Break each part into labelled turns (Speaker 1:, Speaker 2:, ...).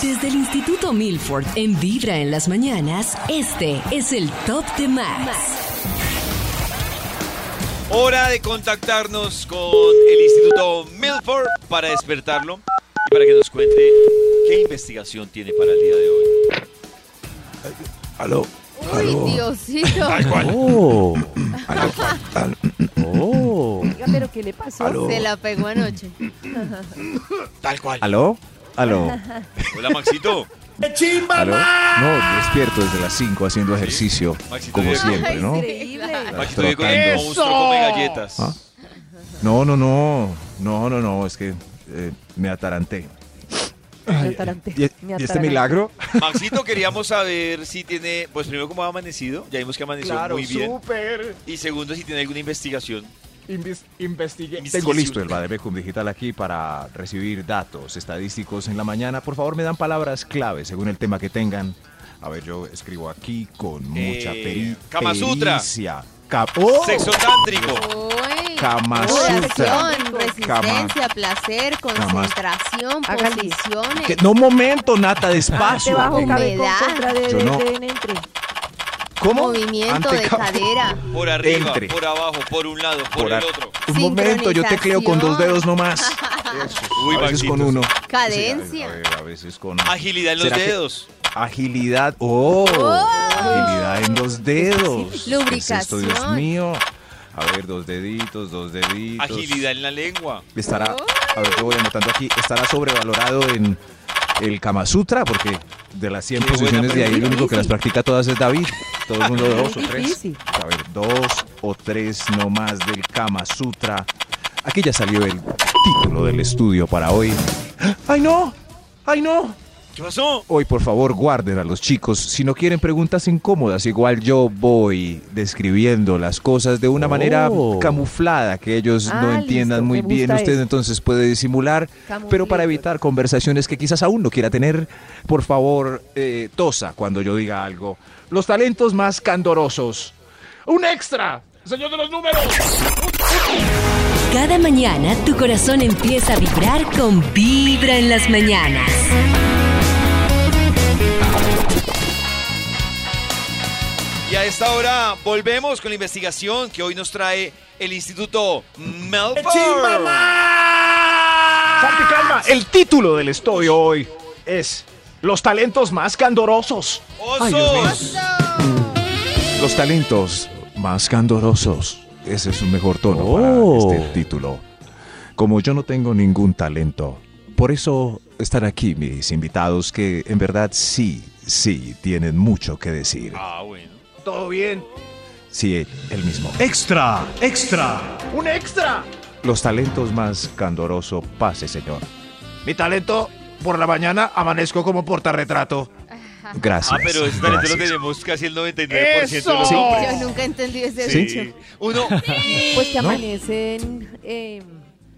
Speaker 1: Desde el Instituto Milford, en Vibra en las mañanas, este es el Top de Max.
Speaker 2: Hora de contactarnos con el Instituto Milford para despertarlo y para que nos cuente qué investigación tiene para el día de hoy.
Speaker 3: Aló. Aló.
Speaker 4: Uy, Diosito.
Speaker 5: Oh,
Speaker 3: Aló. al-
Speaker 5: oh.
Speaker 4: pero ¿qué le pasó?
Speaker 3: Aló.
Speaker 4: Se la pegó anoche.
Speaker 5: ¿Aló? ¿Aló?
Speaker 2: Hola, Maxito.
Speaker 5: ¿Aló? No, despierto desde las 5 haciendo ejercicio,
Speaker 2: Maxito
Speaker 5: como
Speaker 2: Diego.
Speaker 5: siempre,
Speaker 4: Ay,
Speaker 5: ¿no?
Speaker 4: Increíble.
Speaker 2: Maxito llegó con un
Speaker 5: Trotando.
Speaker 2: monstruo come galletas.
Speaker 5: Ah. No, no, no, no, no, no, es que eh, me ataranté. Ay,
Speaker 4: ataranté,
Speaker 5: ¿Y,
Speaker 4: me
Speaker 5: y este
Speaker 4: ataranté.
Speaker 5: milagro?
Speaker 2: Maxito, queríamos saber si tiene, pues primero cómo ha amanecido, ya vimos que amaneció muy bien.
Speaker 6: súper.
Speaker 2: Y segundo, si tiene alguna investigación.
Speaker 6: Inves- investigué.
Speaker 2: Mis-
Speaker 5: Tengo listo el Bademecum Digital aquí para recibir datos estadísticos en la mañana. Por favor, me dan palabras clave según el tema que tengan. A ver, yo escribo aquí con mucha
Speaker 2: Eh,
Speaker 5: peri
Speaker 2: Kama Sutra.
Speaker 5: pericia. Ka- ¡Oh!
Speaker 2: Sexo tántrico.
Speaker 4: Uy.
Speaker 5: Kama Sutra.
Speaker 4: Oración, resistencia, placer, concentración,
Speaker 7: Hágale.
Speaker 4: posiciones.
Speaker 5: Que- no, momento, Nata, despacio. Eh,
Speaker 7: Debajo
Speaker 4: Humedad.
Speaker 7: cabezón contra de,
Speaker 5: Yo
Speaker 7: de-
Speaker 5: no.
Speaker 7: de- entre.
Speaker 5: ¿Cómo?
Speaker 4: Movimiento
Speaker 5: Ante
Speaker 4: de
Speaker 5: ca-
Speaker 4: cadera.
Speaker 2: Por arriba,
Speaker 5: Entre.
Speaker 2: por abajo, por un lado, por,
Speaker 5: Por
Speaker 2: el
Speaker 5: ar-
Speaker 2: otro.
Speaker 5: Un momento, yo tecleo con dos dedos nomás.
Speaker 2: Uy,
Speaker 5: a veces
Speaker 2: Maxito.
Speaker 5: con uno. Sí, a,
Speaker 4: Cadencia.
Speaker 5: ver, a ver, a veces con
Speaker 2: Agilidad en los
Speaker 5: ¿Será que-
Speaker 2: dedos.
Speaker 5: agilidad. ¡Oh! Agilidad en los dedos.
Speaker 4: Lubricación.
Speaker 5: Esto, Dios mío. A ver, dos deditos, dos deditos.
Speaker 2: Agilidad en la lengua.
Speaker 5: Estará, a ver, yo voy anotando aquí, estará sobrevalorado en el Kama Sutra, porque de las 100
Speaker 2: Qué buena
Speaker 5: posiciones de ahí, el
Speaker 2: pregunta.
Speaker 5: único que las practica todas es David. Todo el mundo dos o
Speaker 7: Muy
Speaker 5: tres.
Speaker 7: difícil.
Speaker 5: A ver, dos o tres nomás del Kama Sutra. Aquí ya salió el título del estudio para hoy. ¡Ay no! ¡Ay no!
Speaker 2: ¿Qué pasó?
Speaker 5: Hoy, por favor, guarden a los chicos. Si no quieren preguntas incómodas, igual yo voy describiendo las cosas de una manera camuflada que ellos no
Speaker 7: Ah,
Speaker 5: entiendan
Speaker 7: listo,
Speaker 5: muy
Speaker 7: me
Speaker 5: bien.
Speaker 7: gusta
Speaker 5: Usted
Speaker 7: eso.
Speaker 5: entonces puede disimular, pero para evitar conversaciones que quizás aún no quiera tener, por favor, eh, tosa cuando yo diga algo. Los talentos más candorosos.
Speaker 6: ¡Un extra! ¡Señor de los números!
Speaker 1: Cada mañana tu corazón empieza a vibrar con Vibra en las mañanas.
Speaker 2: Y a esta hora volvemos con la investigación que hoy nos trae el Instituto Melbourne.
Speaker 6: Santi, calma. El título del estudio hoy es Los talentos más candorosos.
Speaker 2: ¡Osos!
Speaker 5: Los talentos más candorosos. Ese es un mejor tono
Speaker 3: Oh.
Speaker 5: para este título. Como yo no tengo ningún talento, por eso están aquí mis invitados que en verdad sí, sí tienen mucho que decir.
Speaker 2: Ah, bueno.
Speaker 6: Todo bien.
Speaker 5: Sí, él, él mismo.
Speaker 2: Eh.
Speaker 3: Extra, extra.
Speaker 6: ¡Un extra!
Speaker 5: Los talentos más candoroso, pase señor.
Speaker 6: Mi talento, por la mañana amanezco como portarretrato.
Speaker 5: Gracias.
Speaker 2: Ah, pero este talento lo
Speaker 5: gracias.
Speaker 2: tenemos casi el 99% de los
Speaker 6: ¡Eso!
Speaker 2: hombres.
Speaker 4: Yo nunca entendí ese
Speaker 5: eh. Sí.
Speaker 4: dicho.
Speaker 2: Uno,
Speaker 7: Pues que amanecen, eh,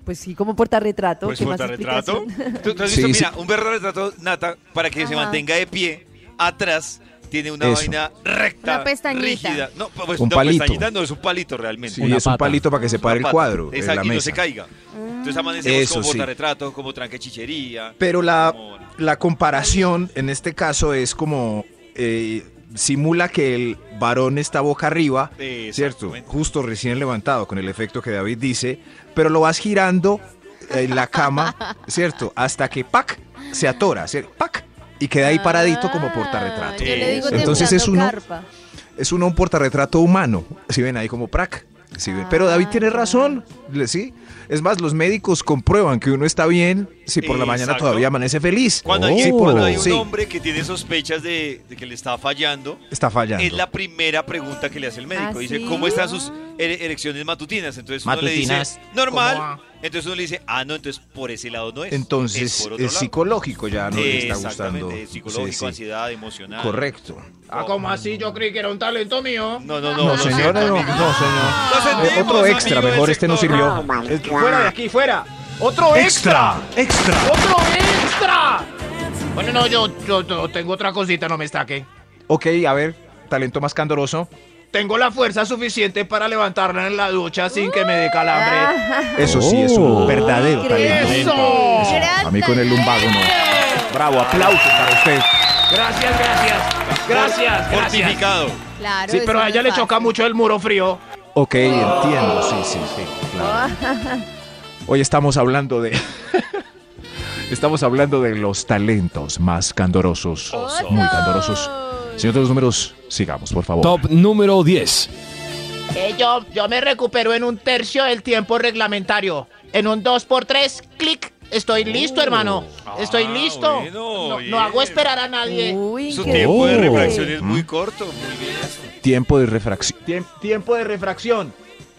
Speaker 7: pues sí, como portarretrato.
Speaker 2: pues
Speaker 7: ¿qué más
Speaker 2: portarretrato.
Speaker 7: explicación?
Speaker 2: ¿Tú, tú has
Speaker 5: Sí,
Speaker 2: visto?
Speaker 5: sí.
Speaker 2: Mira, un retrato nata para que se
Speaker 4: Ajá.
Speaker 2: mantenga de pie atrás. Tiene una
Speaker 5: Eso.
Speaker 2: vaina recta,
Speaker 4: Una pestañita.
Speaker 2: rígida. No, pues
Speaker 5: Un
Speaker 2: no,
Speaker 5: palito.
Speaker 2: pestañita no, es un palito realmente.
Speaker 5: Sí,
Speaker 2: Una
Speaker 5: es un palito para que se pare el
Speaker 2: pata.
Speaker 5: cuadro en
Speaker 2: Exacto,
Speaker 5: la
Speaker 2: y no se
Speaker 5: mesa. Mm.
Speaker 2: caiga. Entonces amanecemos
Speaker 5: Eso
Speaker 2: como
Speaker 5: sí.
Speaker 2: portarretrato, como tranquechichería.
Speaker 5: Pero la,
Speaker 2: como-
Speaker 5: la comparación en este caso es como eh, simula que el varón está boca arriba,
Speaker 2: Exactamente.
Speaker 5: ¿cierto? Justo recién levantado, con el efecto que David dice, pero lo vas girando en la cama, ¿cierto? Hasta que ¡pac! se atora, ¿cierto? ¡pac! Y queda ahí paradito como
Speaker 4: Ah,
Speaker 5: portarretrato.
Speaker 4: Yo le digo
Speaker 5: Entonces es uno,
Speaker 4: temblando carpa.
Speaker 5: es uno un portarretrato humano, si ven ahí como prac.
Speaker 2: Ah.
Speaker 5: si ven. Pero David tiene razón, le- ¿sí? Es más, los médicos comprueban que uno está bien si por la mañana
Speaker 2: Exacto.
Speaker 5: todavía amanece feliz.
Speaker 2: Cuando,
Speaker 5: Oh.
Speaker 2: alguien- cuando hay un
Speaker 5: Sí,
Speaker 2: hombre que tiene sospechas de, de que le está fallando,
Speaker 5: está fallando.
Speaker 2: es la primera pregunta que le hace el médico.
Speaker 7: ¿Ah,
Speaker 2: dice,
Speaker 7: sí?
Speaker 2: ¿cómo están sus ere- erecciones matutinas? Entonces uno
Speaker 8: Matutinas.
Speaker 2: le dice, normal. Entonces uno le dice, ah, no, entonces por ese lado no pues, es.
Speaker 5: Entonces,
Speaker 2: por
Speaker 5: es,
Speaker 2: otro lado".
Speaker 5: psicológico ya, no le está
Speaker 2: Exactamente,
Speaker 5: gustando.
Speaker 2: es psicológico,
Speaker 5: Sí, sí.
Speaker 2: ansiedad, emocional.
Speaker 5: Correcto.
Speaker 9: Ah, ¿cómo así? Yo creí que era un talento mío.
Speaker 2: No, no, no.
Speaker 5: No,
Speaker 2: lo
Speaker 5: señora,
Speaker 2: siento,
Speaker 5: no,
Speaker 2: amigo.
Speaker 5: no, señor.
Speaker 2: Lo sentimos,
Speaker 5: Eh, otro
Speaker 2: amigo
Speaker 5: extra,
Speaker 2: del
Speaker 5: mejor este no
Speaker 2: sector.
Speaker 5: sirvió.
Speaker 6: El que fuera de aquí, fuera. Otro extra.
Speaker 3: Extra, extra.
Speaker 9: ¡Otro extra! Bueno, no, yo, yo- yo tengo otra cosita, no me estaque.
Speaker 5: Ok, a ver, talento más candoroso.
Speaker 9: Tengo la fuerza suficiente para levantarla en la ducha sin que me dé calambre.
Speaker 5: Eso sí es un verdadero talento.
Speaker 9: Ah, ¡Eso!
Speaker 5: A mí con el lumbago no. Bravo, aplauso para usted.
Speaker 9: Gracias, gracias. Gracias, gracias.
Speaker 2: Fortificado.
Speaker 4: Claro.
Speaker 9: Sí,
Speaker 4: eso
Speaker 9: pero
Speaker 4: no
Speaker 9: a ella
Speaker 4: es
Speaker 9: le
Speaker 4: fácil.
Speaker 9: choca mucho el muro frío.
Speaker 5: Ok, entiendo, sí, sí, sí, claro. Hoy estamos hablando de... Estamos hablando de los talentos más candorosos, muy candorosos. Señor de los números, sigamos, por favor.
Speaker 10: Top número 10.
Speaker 9: Eh, yo, yo me recupero en un tercio del tiempo reglamentario. En un 2x3, clic. Estoy listo, hermano. Estoy
Speaker 2: Oh. Ah,
Speaker 9: listo.
Speaker 2: bueno,
Speaker 9: no, no
Speaker 2: bien.
Speaker 9: hago esperar a nadie.
Speaker 7: Uy,
Speaker 2: Su
Speaker 7: qué
Speaker 2: tiempo de
Speaker 5: Oh.
Speaker 7: rico.
Speaker 2: refracción es
Speaker 5: Mm.
Speaker 2: muy corto. Muy bien.
Speaker 5: Tiempo de refracción.
Speaker 6: Tiem- tiempo de refracción.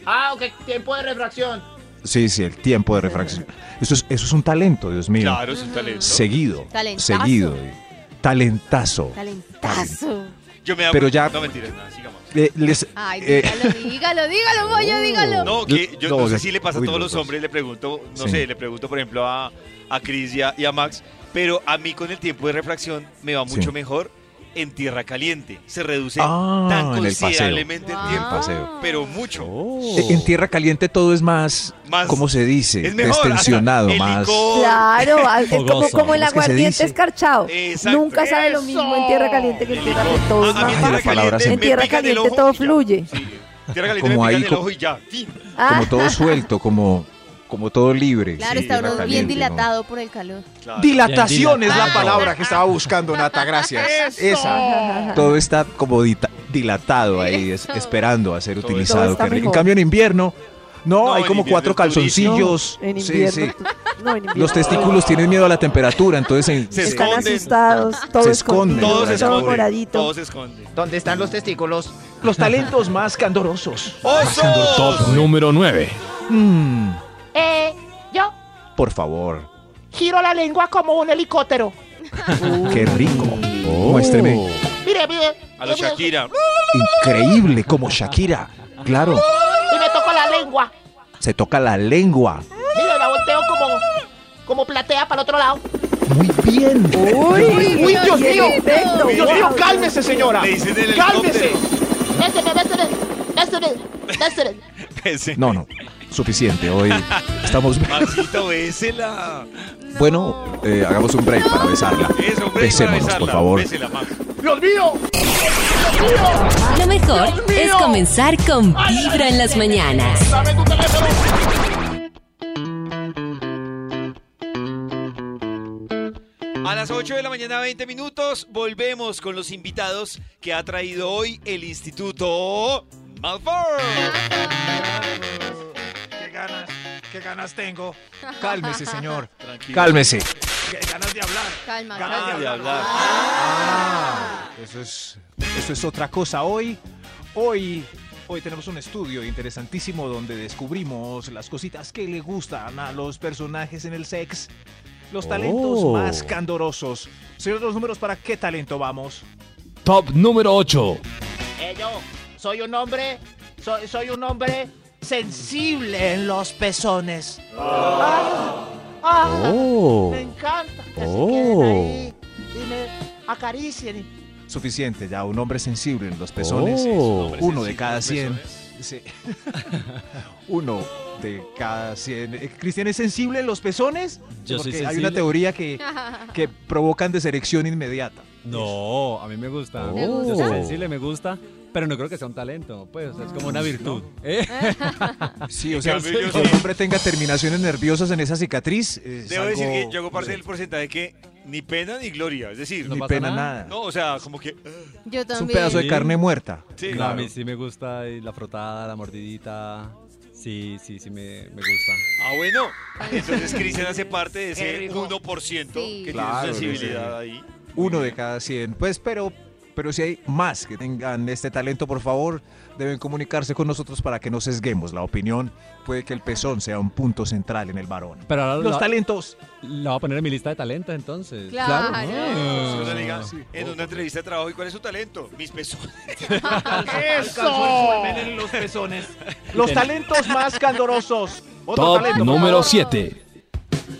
Speaker 9: Ah, ok, tiempo de refracción.
Speaker 5: Sí, sí, el tiempo de refracción. Eso es, eso es un talento, Dios mío.
Speaker 2: Claro, es un talento.
Speaker 5: Seguido,
Speaker 4: Talentazo.
Speaker 5: seguido. Talentazo.
Speaker 4: Talentazo.
Speaker 2: Yo me hago.
Speaker 5: Pero ya-
Speaker 2: No, mentiras, nada, sigamos.
Speaker 5: Eh, les-
Speaker 4: Ay,
Speaker 5: eh,
Speaker 4: dígalo, dígalo, dígalo, Moyo, dígalo.
Speaker 2: No, que yo
Speaker 5: No, pues.
Speaker 2: no sé
Speaker 5: de-
Speaker 2: si le pasa a
Speaker 5: uy,
Speaker 2: todos
Speaker 5: los
Speaker 2: los
Speaker 5: dos.
Speaker 2: hombres, le pregunto, no
Speaker 5: Sí.
Speaker 2: sé, le pregunto por ejemplo a, a Cris y a, y a Max, pero a mí con el tiempo de refracción me va
Speaker 5: Sí.
Speaker 2: mucho mejor en tierra caliente. Se reduce
Speaker 5: Ah,
Speaker 2: tan
Speaker 5: en el paseo. Oh,
Speaker 2: considerablemente el,
Speaker 4: Wow.
Speaker 7: Ah.
Speaker 2: tiempo,
Speaker 5: paseo.
Speaker 2: pero mucho.
Speaker 10: Oh.
Speaker 5: en tierra caliente todo es más,
Speaker 2: Más-
Speaker 5: ¿cómo se dice?
Speaker 2: Es mejor.
Speaker 5: Extensionado,
Speaker 2: El
Speaker 5: más.
Speaker 2: licor.
Speaker 5: Oh.
Speaker 7: Claro, es como,
Speaker 10: Fogoso.
Speaker 5: ¿Cómo
Speaker 7: como el
Speaker 5: es que se
Speaker 7: aguardiente
Speaker 5: dice?
Speaker 7: escarchado.
Speaker 2: Exacto.
Speaker 7: Nunca sabe lo
Speaker 9: ¡Eso!
Speaker 7: mismo en tierra caliente que en
Speaker 2: El
Speaker 7: tierra
Speaker 2: licor.
Speaker 7: que todo es
Speaker 2: A- a mí
Speaker 5: en
Speaker 7: más
Speaker 5: tierra
Speaker 7: fácil.
Speaker 5: caliente
Speaker 7: En
Speaker 5: me
Speaker 7: tierra
Speaker 2: pican el
Speaker 7: caliente
Speaker 2: ojo
Speaker 7: todo
Speaker 2: y ya.
Speaker 7: fluye.
Speaker 2: Sí, en tierra caliente
Speaker 5: Como
Speaker 2: me
Speaker 5: ahí
Speaker 2: pican el
Speaker 5: co-
Speaker 2: ojo y ya. fin.
Speaker 7: Ah,
Speaker 5: como todo suelto, como, como todo libre.
Speaker 4: Claro,
Speaker 5: Sí,
Speaker 4: está
Speaker 5: tierra
Speaker 4: uno bien
Speaker 5: caliente, ¿no?
Speaker 4: dilatado por el calor.
Speaker 2: Claro.
Speaker 5: Dilatación
Speaker 10: Bien
Speaker 5: es la
Speaker 10: dilatado.
Speaker 5: palabra que estaba buscando, Nata, gracias. Esa. Todo está como dita- dilatado ahí, es-
Speaker 4: Eso.
Speaker 5: esperando a ser
Speaker 2: Todo
Speaker 5: utilizado.
Speaker 7: está
Speaker 5: qué rico. En
Speaker 7: mejor.
Speaker 5: cambio, en invierno, no,
Speaker 2: No,
Speaker 5: hay
Speaker 2: en
Speaker 5: como
Speaker 2: invierno
Speaker 5: cuatro
Speaker 2: es durísimo.
Speaker 5: calzoncillos.
Speaker 7: en
Speaker 5: Sí,
Speaker 7: invierno.
Speaker 5: sí.
Speaker 7: tú- no, en invierno.
Speaker 5: Los testículos tienen miedo a la temperatura, entonces en-
Speaker 2: Se
Speaker 7: Están
Speaker 2: esconden.
Speaker 7: asustados, todo
Speaker 5: Se esconden.
Speaker 7: escondido,
Speaker 2: Todos se
Speaker 5: Todo
Speaker 7: todo
Speaker 2: esconden.
Speaker 7: moradito.
Speaker 2: Todos se esconden.
Speaker 9: ¿Dónde están los testículos?
Speaker 6: Los talentos más candorosos.
Speaker 10: Top
Speaker 2: ¡Osos!
Speaker 10: número 9.
Speaker 5: Mm,
Speaker 9: Eh, yo
Speaker 5: por favor,
Speaker 9: giro la lengua como un helicóptero.
Speaker 5: qué rico. Muéstreme.
Speaker 9: Mire, mire.
Speaker 2: A los Shakira.
Speaker 5: Increíble, como Shakira. Claro,
Speaker 9: Y me toco la lengua.
Speaker 5: se toca la lengua.
Speaker 9: Mire, la volteo como, como platea para el otro lado.
Speaker 5: Muy bien.
Speaker 7: Uy,
Speaker 6: Uy, Dios mío.
Speaker 7: perfecto,
Speaker 6: Dios mío,
Speaker 7: wow.
Speaker 6: cálmese, señora.
Speaker 2: Le dicen el
Speaker 6: Cálmese.
Speaker 9: Désele, désele, désele, désele.
Speaker 2: Ese.
Speaker 5: No, no, suficiente. Hoy estamos.
Speaker 2: Maxito, bésela.
Speaker 5: Bueno, eh, hagamos un break para besarla.
Speaker 2: Eso, hombre,
Speaker 5: Besémonos,
Speaker 2: para
Speaker 5: por
Speaker 2: besarla.
Speaker 5: favor.
Speaker 2: Bésela, Max.
Speaker 9: ¡Los mío!
Speaker 1: Lo mejor es comenzar con Vibra en las mañanas.
Speaker 9: ¡Dame tu teléfono!
Speaker 2: A las 8 de la mañana, 20 minutos, volvemos con los invitados que ha traído hoy el Instituto Malfoy.
Speaker 3: ¿Qué ganas? ¿Qué ganas tengo?
Speaker 5: Cálmese, señor.
Speaker 2: Tranquilo.
Speaker 5: Cálmese.
Speaker 3: ¿Qué ganas de hablar?
Speaker 4: Calma,
Speaker 2: Ganas de
Speaker 4: calma.
Speaker 2: hablar.
Speaker 5: Eso es, eso es otra cosa. Hoy, hoy, hoy tenemos un estudio interesantísimo donde descubrimos las cositas que le gustan a los personajes en el sex. Los talentos
Speaker 10: Oh.
Speaker 5: más candorosos. Señor, de los números, ¿para qué talento vamos?
Speaker 10: Top número 8.
Speaker 9: Eh, yo soy un hombre, soy, soy un hombre sensible en los pezones. Ah, ah,
Speaker 6: Oh.
Speaker 9: Me encanta que
Speaker 10: Oh.
Speaker 9: se queden ahí y me acaricien. y-
Speaker 5: Suficiente ya, un hombre sensible en los pezones.
Speaker 10: Oh.
Speaker 5: Uno de cada 100. Sí. Uno de cada 100. Eh, ¿Cristian es sensible en los pezones?
Speaker 8: Yo soy
Speaker 5: Porque hay
Speaker 8: sensible.
Speaker 5: una teoría que, que provocan deserección inmediata. Oh.
Speaker 8: No, a mí me gusta.
Speaker 10: ¿Te
Speaker 8: Yo
Speaker 10: gusta?
Speaker 8: soy sensible, me gusta. Pero no creo que sea un talento, pues o sea, es como una virtud. ¿eh?
Speaker 5: Sí, o sea,
Speaker 2: cambio, yo
Speaker 5: que
Speaker 2: sí.
Speaker 5: un hombre tenga terminaciones nerviosas en esa cicatriz. es
Speaker 2: Debo
Speaker 5: algo,
Speaker 2: decir que yo hago parte
Speaker 5: no sé,
Speaker 2: del porcentaje que ni pena ni gloria. Es decir,
Speaker 5: Ni
Speaker 2: no,
Speaker 8: pasa
Speaker 5: pena nada.
Speaker 8: nada.
Speaker 2: o sea, como que. eh,
Speaker 4: Yo también.
Speaker 5: Es un pedazo de carne muerta.
Speaker 2: Sí,
Speaker 8: No,
Speaker 2: claro.
Speaker 8: a mí sí me gusta y la frotada, la mordidita. Sí, sí, sí, me, me gusta.
Speaker 2: Ah, bueno. Entonces Cristian hace parte de ese 1%
Speaker 4: Sí.
Speaker 2: que
Speaker 5: Claro,
Speaker 2: tiene sensibilidad
Speaker 5: sí.
Speaker 2: ahí.
Speaker 5: Uno de cada 100. Pues, pero, pero si hay más que tengan este talento, por favor, deben comunicarse con nosotros para que no sesguemos la opinión. Puede que el pezón sea un punto central en el varón.
Speaker 8: Pero ahora
Speaker 5: Los
Speaker 8: la-
Speaker 5: talentos.
Speaker 8: la voy a poner en mi lista de talentos entonces.
Speaker 4: Claro.
Speaker 2: Si uno le diga,
Speaker 8: Ah.
Speaker 2: en una entrevista de trabajo, ¿y cuál es su talento? Mis pezones.
Speaker 3: Alcanzó el semen en los pezones.
Speaker 6: Los talentos más candorosos. Otro
Speaker 10: Top
Speaker 6: talento.
Speaker 10: número 7.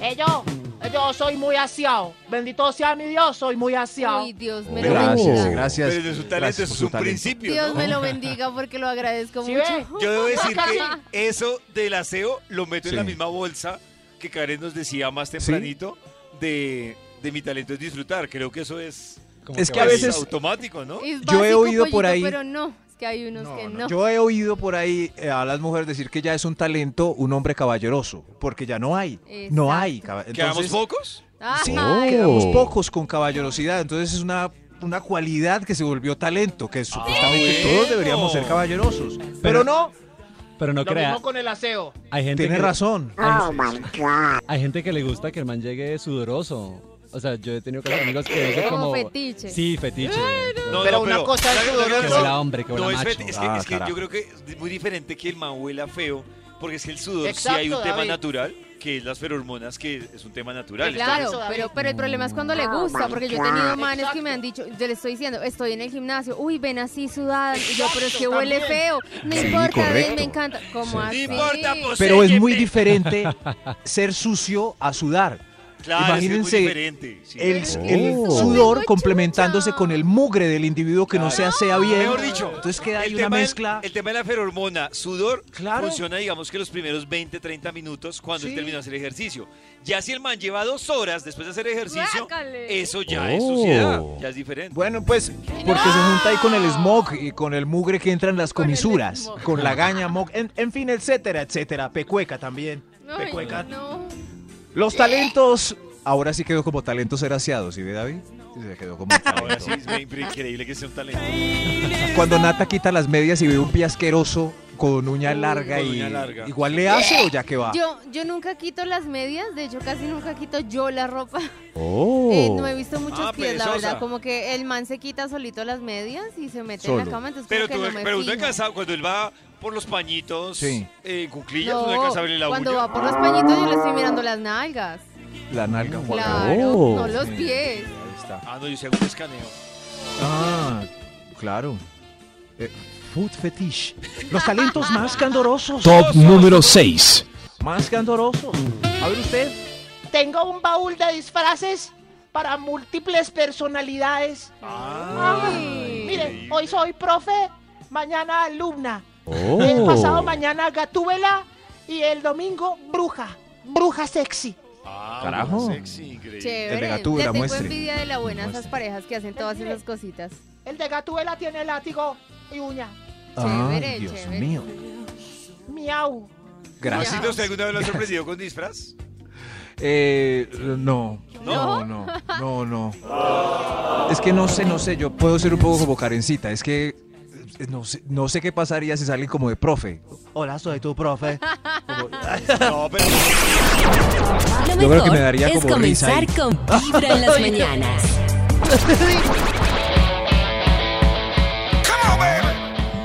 Speaker 9: Eh, yo, eh, yo soy muy aseado. Bendito sea mi Dios, soy muy aseado.
Speaker 4: Uy, Dios me lo
Speaker 5: Gracias,
Speaker 4: bendiga.
Speaker 5: gracias.
Speaker 2: Pero es un
Speaker 5: gracias
Speaker 2: talento,
Speaker 5: por
Speaker 2: es
Speaker 5: su
Speaker 2: un
Speaker 5: talento.
Speaker 2: principio.
Speaker 4: Dios
Speaker 2: ¿no?
Speaker 4: me lo bendiga porque lo agradezco
Speaker 9: ¿Sí ve?
Speaker 4: mucho.
Speaker 2: Yo debo decir que eso del aseo lo meto en
Speaker 5: Sí.
Speaker 2: la misma bolsa que Karen nos decía más tempranito de, de mi talento es disfrutar. Creo que eso es,
Speaker 8: Como
Speaker 5: Es que a
Speaker 2: es
Speaker 8: vale.
Speaker 5: veces-
Speaker 2: automático, ¿no?
Speaker 4: Es
Speaker 5: Yo he
Speaker 4: básico,
Speaker 5: oído por
Speaker 4: pollito,
Speaker 5: ahí-
Speaker 4: Pero no, es que hay unos que no.
Speaker 5: Yo he oído por ahí eh, a las mujeres decir que ya es un talento un hombre caballeroso, porque ya no hay, no hay. caba-
Speaker 2: ¿Quedamos
Speaker 5: entonces-
Speaker 2: pocos?
Speaker 4: Ajá.
Speaker 5: Sí,
Speaker 10: Ay.
Speaker 5: quedamos pocos con caballerosidad, entonces es una, una cualidad que se volvió talento, que supuestamente
Speaker 2: Ah, bueno.
Speaker 5: todos deberíamos ser caballerosos, pero,
Speaker 8: Pero-
Speaker 5: no,
Speaker 8: Pero no
Speaker 9: Lo
Speaker 8: creas.
Speaker 9: mismo con el aseo.
Speaker 8: Hay gente
Speaker 5: tiene
Speaker 8: que-
Speaker 5: razón.
Speaker 8: Hay, hay gente que le gusta que el man llegue sudoroso. O sea, yo he tenido casos amigos que dicen
Speaker 4: Como
Speaker 8: como...
Speaker 4: fetiche.
Speaker 8: Sí, fetiche.
Speaker 2: No,
Speaker 9: Pero
Speaker 2: no,
Speaker 9: una cosa es
Speaker 2: ¿sabe lo que
Speaker 9: sudoroso?
Speaker 8: Que
Speaker 2: pasa?
Speaker 8: huela hombre, que huela
Speaker 2: No, es,
Speaker 8: macho.
Speaker 2: feti- es que,
Speaker 5: Ah,
Speaker 2: es que
Speaker 5: carajo.
Speaker 2: yo creo que es muy diferente que el man huela feo, porque es que el sudor
Speaker 9: Exacto,
Speaker 2: sí hay un tema
Speaker 9: David.
Speaker 2: natural, que es las ferormonas, que es un tema natural.
Speaker 4: Claro,
Speaker 9: Eso, David.
Speaker 4: pero, pero el problema es cuando le gusta, porque yo he tenido manes que me han dicho, yo le estoy diciendo, estoy en el gimnasio, uy, ven así sudada, y yo, pero es que
Speaker 9: Exacto,
Speaker 4: huele
Speaker 9: también.
Speaker 4: feo, no
Speaker 5: Sí,
Speaker 4: importa, ven,
Speaker 5: correcto.
Speaker 4: me encanta, como
Speaker 5: No
Speaker 4: así.
Speaker 2: importa, pues.
Speaker 5: Pero es muy
Speaker 2: Sélleme.
Speaker 5: diferente ser sucio a sudar.
Speaker 2: Claro, es que es muy
Speaker 5: Imagínense
Speaker 2: diferente. sí.
Speaker 5: El,
Speaker 2: Sí.
Speaker 5: el
Speaker 10: Oh.
Speaker 5: sudor
Speaker 4: Tengo
Speaker 5: complementándose
Speaker 4: chucha.
Speaker 5: con el mugre del individuo que no se asea bien.
Speaker 2: Mejor dicho,
Speaker 5: entonces queda ahí
Speaker 2: el
Speaker 5: una
Speaker 2: tema del-
Speaker 5: mezcla.
Speaker 2: el tema de la ferormona, sudor,
Speaker 5: Claro.
Speaker 2: funciona digamos que los primeros 20, 30 minutos cuando él
Speaker 5: Sí.
Speaker 2: termina de hacer ejercicio. Ya si el man lleva dos horas después de hacer ejercicio,
Speaker 4: Guácale.
Speaker 2: eso ya es
Speaker 10: Oh.
Speaker 2: suciedad, ya es diferente.
Speaker 5: Bueno, pues porque se junta ahí con el smog y con el mugre que entra en las
Speaker 4: Con el
Speaker 5: comisuras,
Speaker 4: smog.
Speaker 5: con la gaña, mog, en, en fin, etcétera, etcétera. Pecueca también.
Speaker 4: Ay,
Speaker 5: Pecueca.
Speaker 4: no.
Speaker 5: Los talentos, ahora sí quedó como talentos eraciados, ¿sí ve David? Sí, Se quedó como
Speaker 2: Ahora
Speaker 5: talento.
Speaker 2: Ah, sí, es increíble que sea un talento.
Speaker 5: Cuando Nata quita las medias y ve un pie asqueroso con uña larga
Speaker 2: con
Speaker 5: y
Speaker 2: uña larga.
Speaker 5: igual le hace o ya que va.
Speaker 4: Yo, yo nunca quito las medias, de hecho casi nunca quito yo la ropa. Eh, no he
Speaker 10: Oh.
Speaker 4: visto muchos
Speaker 2: Ah,
Speaker 4: pies, la
Speaker 2: perezosa.
Speaker 4: verdad, como que el man se quita solito las medias y se mete en
Speaker 5: Solo.
Speaker 4: la cama, entonces
Speaker 2: Pero,
Speaker 4: como
Speaker 2: tú,
Speaker 4: que no me
Speaker 2: pero uno
Speaker 4: fijo.
Speaker 2: alcanza- cuando él va por los pañitos,
Speaker 5: Sí.
Speaker 2: eh, en cuclillas, uno
Speaker 4: No,
Speaker 2: alcanza a verle la
Speaker 4: cuando
Speaker 2: uña.
Speaker 4: va por los pañitos yo le estoy mirando las nalgas.
Speaker 5: La nalga Juan
Speaker 4: Claro,
Speaker 10: Oh.
Speaker 4: no los
Speaker 5: Sí,
Speaker 4: pies.
Speaker 5: Ahí está.
Speaker 2: Ah, no, yo sí hago un escaneo.
Speaker 5: Ah, claro. Eh, food fetish.
Speaker 6: Los talentos más candorosos.
Speaker 10: Top número 6.
Speaker 6: Más candorosos. A ver usted.
Speaker 9: Tengo un baúl de disfraces para múltiples personalidades.
Speaker 5: Ah.
Speaker 2: Ah,
Speaker 4: Ay.
Speaker 9: Mire, hoy soy profe, mañana alumna.
Speaker 8: Uh.
Speaker 9: El pasado
Speaker 10: Oh.
Speaker 9: mañana gatúbela y el domingo bruja. Bruja sexy.
Speaker 2: Ah,
Speaker 5: Carajo.
Speaker 2: bueno, sexy, increíble.
Speaker 4: Chévere.
Speaker 5: El de Gatúbela,
Speaker 4: Le tengo
Speaker 5: muestre.
Speaker 4: envidia de la buena a esas
Speaker 5: Muestre.
Speaker 4: parejas que hacen todas esas cositas.
Speaker 9: El de gatúbela tiene látigo y uña.
Speaker 5: Ay,
Speaker 4: Chévere,
Speaker 5: Ah, Dios
Speaker 4: chévere.
Speaker 5: mío.
Speaker 9: Miau.
Speaker 5: Gracias.
Speaker 2: ¿Maxito, usted alguna vez lo ha sorprendido con disfraz?
Speaker 5: Eh, no. No, no, no, no. Es que no sé, no sé, yo puedo ser un poco como carencita, es que eh, no sé, no sé qué pasaría si salen como de profe.
Speaker 6: Hola, soy tu profe.
Speaker 2: No, pero
Speaker 1: Lo
Speaker 5: creo
Speaker 1: mejor
Speaker 5: que me daría
Speaker 1: es
Speaker 5: como risa
Speaker 1: comenzar
Speaker 5: ahí.
Speaker 1: con Vibra en las mañanas.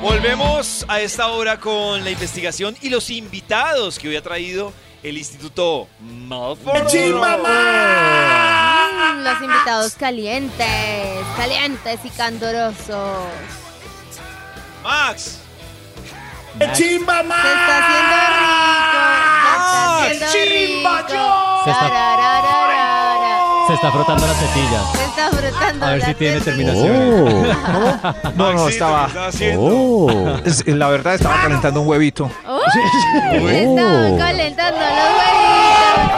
Speaker 2: volvemos a esta hora con la investigación y los invitados que hoy ha traído el Instituto Malford. Ah.
Speaker 4: Mm, los invitados calientes, calientes y candorosos.
Speaker 2: Max,
Speaker 4: Se está haciendo rico. Se está haciendo rico.
Speaker 8: Se está-
Speaker 4: Tararararara.
Speaker 8: Se está frotando las tetillas.
Speaker 4: Se está frotando
Speaker 8: A ver
Speaker 4: las
Speaker 8: si tiene
Speaker 4: tetillas.
Speaker 8: terminación.
Speaker 10: Oh.
Speaker 5: Ah, No, no,
Speaker 2: Maxito,
Speaker 5: estaba.
Speaker 2: ¿qué está haciendo?
Speaker 10: Oh.
Speaker 5: es- eh, La verdad, estaba calentando un huevito.
Speaker 4: Oh, se están calentando los huevitos.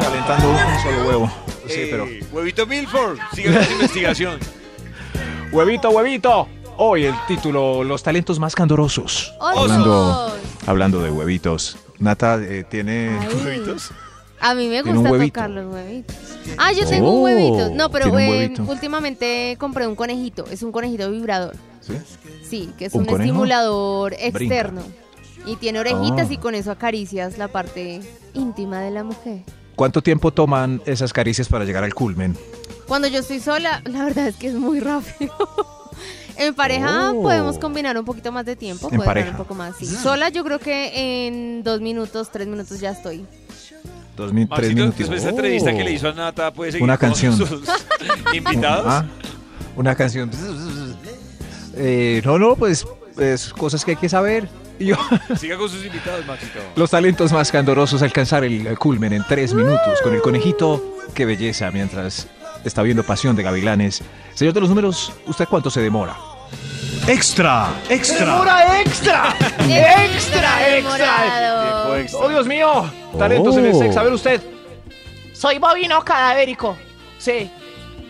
Speaker 5: Calentando un solo huevo. Sí,
Speaker 2: Eh,
Speaker 5: pero.
Speaker 2: Huevito Milford, sigue con la investigación.
Speaker 6: Huevito, huevito.
Speaker 5: Hoy el título: Los talentos más candorosos.
Speaker 4: Osos.
Speaker 5: Hablando, hablando de huevitos. Nata eh, tiene.
Speaker 4: Ay. A mí me
Speaker 5: Tiene un
Speaker 4: gusta
Speaker 5: huevito.
Speaker 4: tocar los huevitos. Ah, yo tengo un
Speaker 10: Oh,
Speaker 4: huevito. No, pero
Speaker 5: tiene un
Speaker 4: eh,
Speaker 5: huevito.
Speaker 4: últimamente compré un conejito. Es un conejito vibrador.
Speaker 5: ¿Sí?
Speaker 4: Sí, que es
Speaker 5: ¿Un
Speaker 4: un,
Speaker 5: conejo?
Speaker 4: estimulador externo. Y tiene orejitas
Speaker 5: Oh.
Speaker 4: y con eso acaricias la parte íntima de la mujer.
Speaker 5: ¿Cuánto tiempo toman esas caricias para llegar al culmen?
Speaker 4: Cuando yo estoy sola, la verdad es que es muy rápido. en pareja
Speaker 5: Oh.
Speaker 4: podemos combinar un poquito más de tiempo,
Speaker 5: En
Speaker 4: puede durar
Speaker 5: pareja. Mm.
Speaker 4: un poco más. sí. Sola yo creo que en dos minutos, tres minutos ya estoy.
Speaker 5: Dos mil, tres
Speaker 2: Maxito,
Speaker 5: minutos.
Speaker 2: después de esta entrevista
Speaker 5: Oh.
Speaker 2: que le hizo a Nata, puede seguir
Speaker 5: Una
Speaker 2: con
Speaker 5: canción.
Speaker 2: sus invitados.
Speaker 5: Ah, una canción. Eh, no, no, pues es cosas que hay que saber. Y yo-
Speaker 2: Siga con sus invitados, Maxito.
Speaker 5: los talentos más candorosos alcanzar el culmen en tres minutos con el conejito. Qué belleza mientras está viendo Pasión de Gavilanes. Señor de los números, ¿usted cuánto se demora? Extra,
Speaker 9: ¡Demora extra! ¡Extra, extra!
Speaker 6: ¡Oh, Dios mío! Talentos en el
Speaker 5: Oh.
Speaker 6: sex. A ver usted.
Speaker 9: Soy bovino cadavérico. Sí.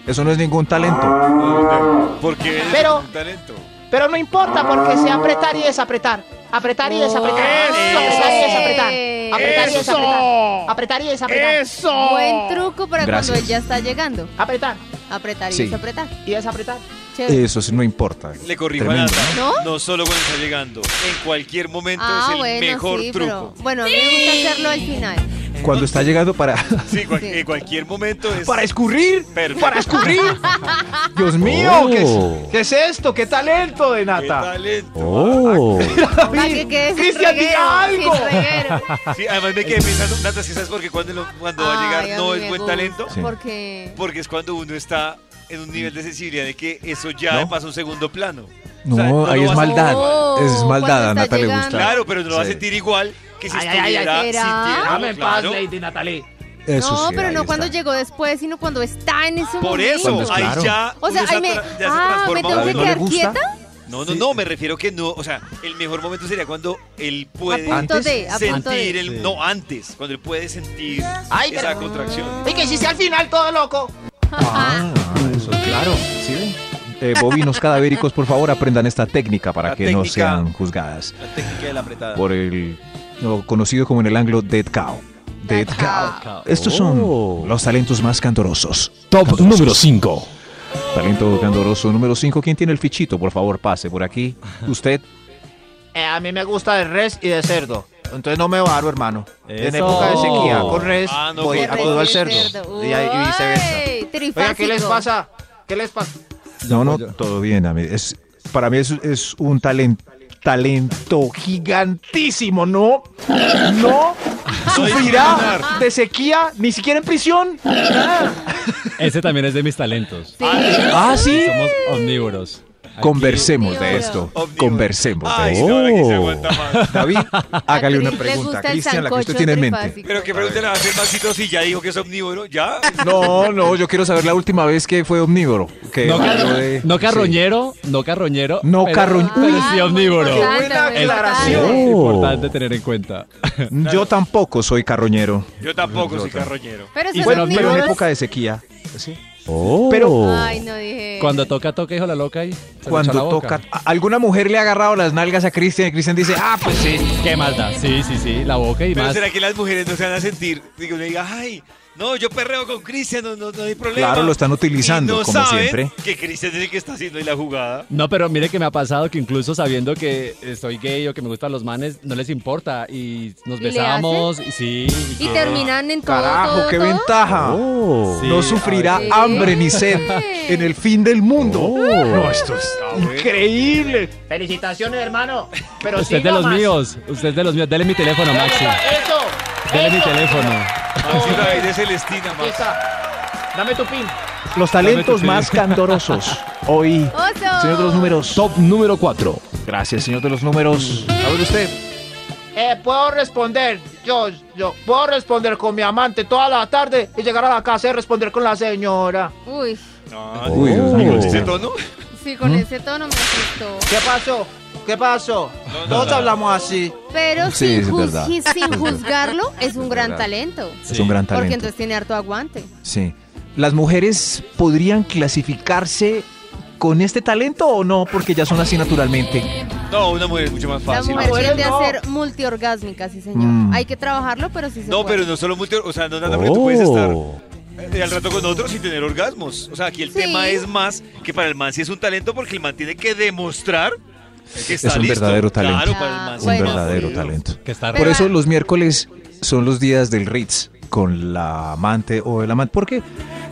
Speaker 5: Eso no es ningún talento.
Speaker 2: Porque es
Speaker 9: Pero-
Speaker 2: un talento.
Speaker 9: Pero no importa porque sé apretar y desapretar. Apretar y desapretar.
Speaker 4: Eso.
Speaker 9: Apretar y desapretar. Apretar y
Speaker 4: Eso.
Speaker 9: desapretar. Apretar y desapretar.
Speaker 3: ¡Eso!
Speaker 4: Buen truco para
Speaker 5: Gracias.
Speaker 4: cuando él ya está llegando.
Speaker 9: Apretar
Speaker 4: Apretar y
Speaker 5: Sí.
Speaker 4: desapretar.
Speaker 9: y desapretar.
Speaker 4: Chévere.
Speaker 5: Eso sí, no importa.
Speaker 2: Le corrijo a
Speaker 5: Tremendo.
Speaker 2: Nata.
Speaker 4: ¿No?
Speaker 2: No solo cuando está llegando. En cualquier momento
Speaker 4: ah,
Speaker 2: es el
Speaker 4: bueno,
Speaker 2: mejor
Speaker 4: sí,
Speaker 2: truco.
Speaker 4: pero bueno, a mí me gusta hacerlo al final.
Speaker 5: Cuando está llegando para...
Speaker 2: Sí, cual-
Speaker 4: Sí.
Speaker 2: en cualquier momento es.
Speaker 6: Para escurrir.
Speaker 2: Perfecto.
Speaker 6: Para escurrir.
Speaker 9: Oh.
Speaker 6: Dios mío,
Speaker 5: Oh.
Speaker 6: ¿qué, es, qué es esto? ¡Qué talento de
Speaker 2: ¡Qué
Speaker 6: Nata!
Speaker 2: talento!
Speaker 10: Oh.
Speaker 4: O sea, que quede sin
Speaker 6: Cristian, diga
Speaker 4: reguero,
Speaker 6: algo.
Speaker 4: sin reguero.
Speaker 2: Ah, Sí, además me quedé pensando, Nata, si sabes por qué cuando, lo- cuando va a llegar
Speaker 4: Ay, a
Speaker 2: no
Speaker 4: mí
Speaker 2: es
Speaker 4: me
Speaker 2: buen
Speaker 4: gusta,
Speaker 2: talento?
Speaker 5: Sí.
Speaker 4: Porque
Speaker 2: Porque es cuando uno está en un nivel de sensibilidad de que eso ya
Speaker 5: ¿No?
Speaker 2: pasa a un segundo plano.
Speaker 5: No,
Speaker 2: O sea, no
Speaker 5: ahí
Speaker 2: lo
Speaker 5: es
Speaker 2: vas a-
Speaker 5: maldad.
Speaker 4: Oh,
Speaker 5: es maldad, a
Speaker 4: cuando está
Speaker 5: Nata le gusta.
Speaker 4: llegando.
Speaker 2: Claro, pero no lo va a
Speaker 5: Sí.
Speaker 2: sentir igual que si
Speaker 9: Ay, ay, ay,
Speaker 2: estuviera
Speaker 4: ay,
Speaker 2: sintiéndolo,
Speaker 4: ¿será?
Speaker 9: Dame en paz,
Speaker 2: claro.
Speaker 9: Lady Natalie.
Speaker 5: Eso
Speaker 4: no,
Speaker 5: sí,
Speaker 4: pero
Speaker 5: ahí
Speaker 4: no cuando
Speaker 5: está.
Speaker 4: llegó después, sino cuando está en ese
Speaker 2: Por
Speaker 4: momento.
Speaker 2: eso,
Speaker 5: Cuando es
Speaker 2: ahí
Speaker 5: claro.
Speaker 2: ya.
Speaker 4: O sea,
Speaker 2: uno
Speaker 4: ahí
Speaker 2: está
Speaker 4: me,
Speaker 2: tra- ya se
Speaker 4: ah, me
Speaker 2: transforma
Speaker 4: tengo
Speaker 2: uno.
Speaker 4: que
Speaker 5: ¿No le
Speaker 4: quedar
Speaker 5: gusta?
Speaker 4: quieta.
Speaker 2: No, no, no, me refiero que no, o sea, el mejor momento sería cuando él puede
Speaker 4: a punto
Speaker 5: antes
Speaker 4: de, a punto
Speaker 2: sentir
Speaker 4: de.
Speaker 2: el
Speaker 8: Sí.
Speaker 2: no antes, cuando él puede sentir
Speaker 9: Ay,
Speaker 2: esa
Speaker 9: pero-
Speaker 2: contracción.
Speaker 9: Y que hiciste al final todo loco.
Speaker 5: Ah, eso, claro. ¿Sí ven? Eh, bovinos cadavéricos, por favor, aprendan esta técnica para
Speaker 2: La
Speaker 5: que no
Speaker 2: técnica.
Speaker 5: sean juzgadas
Speaker 2: La técnica de la apretada.
Speaker 5: por el no, conocido como en el anglo Dead Cow. Dead
Speaker 4: Ah,
Speaker 5: Cow. Estos son los talentos más candorosos.
Speaker 10: Top número 5.
Speaker 5: Talento candoroso número 5. ¿Quién tiene el fichito? Por favor, pase por aquí. Usted.
Speaker 9: Eh, a mí me gusta de res y de cerdo. Entonces no me varo, hermano. En
Speaker 8: Eso.
Speaker 9: época de sequía, con res,
Speaker 2: Ah, no,
Speaker 9: voy,
Speaker 2: con
Speaker 9: acudo al
Speaker 2: res y
Speaker 9: cerdo. Y, ahí- y viceversa.
Speaker 4: Uy,
Speaker 9: Oiga, ¿qué les
Speaker 4: trifásico.
Speaker 9: pasa? ¿Qué les pasa?
Speaker 5: No, no, todo bien. a mí Es, para mí es, es un talen- talento
Speaker 6: Gigantísimo, ¿no? No sufrirá de sequía, ni siquiera en prisión.
Speaker 8: Ese también es de mis talentos.
Speaker 5: Ah, sí.
Speaker 8: Somos omnívoros. Aquí-
Speaker 5: Conversemos de
Speaker 4: Omnívoro.
Speaker 5: esto.
Speaker 2: Omnívoro.
Speaker 5: Conversemos de
Speaker 2: Ay,
Speaker 5: esto.
Speaker 2: no, ahora que se aguanta más.
Speaker 5: David, Ah, hágale una
Speaker 4: Cris le
Speaker 5: pregunta.
Speaker 4: gusta el
Speaker 5: Cristian, la que usted
Speaker 4: sancocho
Speaker 5: tiene en mente.
Speaker 4: trifásico.
Speaker 2: Pero que pregunten a hacer Maxito si ya dijo que es omnívoro, ya.
Speaker 5: No, no, yo quiero saber la última vez que fue omnívoro. Que
Speaker 8: No,
Speaker 5: habló
Speaker 8: car-
Speaker 5: de-
Speaker 8: no carroñero, no carroñero.
Speaker 5: No carroñ-
Speaker 8: carroñero. Pero
Speaker 4: Ah,
Speaker 8: sí
Speaker 4: muy
Speaker 8: omnívoro.
Speaker 4: importante,
Speaker 6: Buena
Speaker 4: muy
Speaker 6: aclaración.
Speaker 4: importante.
Speaker 8: Es
Speaker 10: Oh.
Speaker 8: importante tener en cuenta.
Speaker 5: Sí. Yo tampoco soy carroñero.
Speaker 2: Yo tampoco soy carroñero.
Speaker 4: Pero
Speaker 8: Y
Speaker 4: son
Speaker 8: bueno,
Speaker 5: Bueno, pero en
Speaker 4: omnívoros.
Speaker 5: época de sequía.
Speaker 10: Pero
Speaker 4: Ay, no dije.
Speaker 8: Cuando toca, toca, hijo la loca. Y se lo echa a la
Speaker 5: Cuando
Speaker 8: boca.
Speaker 5: toca. a- Alguna mujer le ha agarrado las nalgas a Cristian y Cristian dice, ah, pues sí.
Speaker 8: Qué maldad. Sí, sí, sí. La boca y
Speaker 2: Pero
Speaker 8: más.
Speaker 2: será que las mujeres no se van a sentir, digo, le diga, ay, no, yo perreo con Cristian, no, no, no hay problema.
Speaker 5: Claro, lo están utilizando,
Speaker 2: Y no
Speaker 5: como
Speaker 2: saben
Speaker 5: siempre.
Speaker 2: Que Cristian es el que está haciendo ahí la jugada.
Speaker 8: No, pero mire que me ha pasado que incluso sabiendo que estoy gay o que me gustan los manes, no les importa. Y nos
Speaker 4: ¿Y le
Speaker 8: besamos. Y sí.
Speaker 4: Y terminan en todo,
Speaker 5: Carajo,
Speaker 4: todo,
Speaker 5: qué
Speaker 4: todo.
Speaker 5: ventaja.
Speaker 8: Oh. sí,
Speaker 5: no sufrirá
Speaker 8: a ver.
Speaker 4: veces.
Speaker 5: hambre ni sed en el fin del mundo.
Speaker 6: No, esto es
Speaker 2: Ah,
Speaker 6: increíble.
Speaker 9: Felicitaciones, hermano. Pero
Speaker 8: Usted
Speaker 9: sí,
Speaker 8: Pues es de los
Speaker 9: nomás.
Speaker 8: míos. Usted es de los míos. Dele mi teléfono, Maxi.
Speaker 9: Eso.
Speaker 8: Dele mi
Speaker 9: eso.
Speaker 8: teléfono.
Speaker 2: Maxito ahí Ah, de Celestina,
Speaker 9: Aquí
Speaker 2: Max.
Speaker 9: está. Dame tu pin.
Speaker 5: Los talentos más candorosos. Hoy,
Speaker 4: Oso.
Speaker 5: señor de los números.
Speaker 10: Top número 4.
Speaker 5: Gracias, señor de los números. A ver usted.
Speaker 9: Eh, puedo responder. Yo, yo puedo responder con mi amante toda la tarde y llegar a la casa y responder con la señora.
Speaker 4: Uy,
Speaker 2: No,
Speaker 5: Uy, Dios
Speaker 2: no,
Speaker 5: mío.
Speaker 2: ¿con ese ¿Este tono?
Speaker 4: sí,
Speaker 5: ¿Mm?
Speaker 4: con ese tono me asustó.
Speaker 9: ¿Qué pasó? ¿Qué pasó? Todos hablamos así.
Speaker 4: Pero
Speaker 5: Sí,
Speaker 4: sin,
Speaker 5: es
Speaker 4: juz-
Speaker 5: verdad.
Speaker 4: y sin juzgarlo, es un gran
Speaker 5: verdad.
Speaker 4: talento.
Speaker 5: Es un gran
Speaker 4: Porque
Speaker 5: talento.
Speaker 4: entonces tiene harto aguante.
Speaker 5: Sí. ¿Las mujeres podrían clasificarse con este talento o no? Porque ya son así naturalmente.
Speaker 2: No, una mujer es mucho más
Speaker 4: La
Speaker 2: fácil.
Speaker 4: mujer
Speaker 9: Bueno,
Speaker 4: tiende
Speaker 9: no.
Speaker 4: a ser multiorgásmica, sí, señor.
Speaker 5: Mm.
Speaker 4: Hay que trabajarlo, pero sí se
Speaker 2: No,
Speaker 4: puede.
Speaker 2: pero no solo multi, o sea, no nada, porque tú puedes
Speaker 5: Oh.
Speaker 2: estar
Speaker 10: Oh.
Speaker 2: eh, al rato con otros sin tener orgasmos. O sea, aquí el
Speaker 4: Sí.
Speaker 2: tema es más que para el man sí es un talento porque el man tiene que demostrar Es que
Speaker 5: es
Speaker 2: está
Speaker 5: un
Speaker 2: listo.
Speaker 5: verdadero talento.
Speaker 2: Claro, para el
Speaker 4: Ah,
Speaker 2: man
Speaker 5: un
Speaker 2: se llama
Speaker 5: verdadero
Speaker 2: Julio.
Speaker 5: talento.
Speaker 2: Que está
Speaker 5: Por
Speaker 2: Pero-
Speaker 5: eso los miércoles son los días del Ritz con la amante o el amante. Porque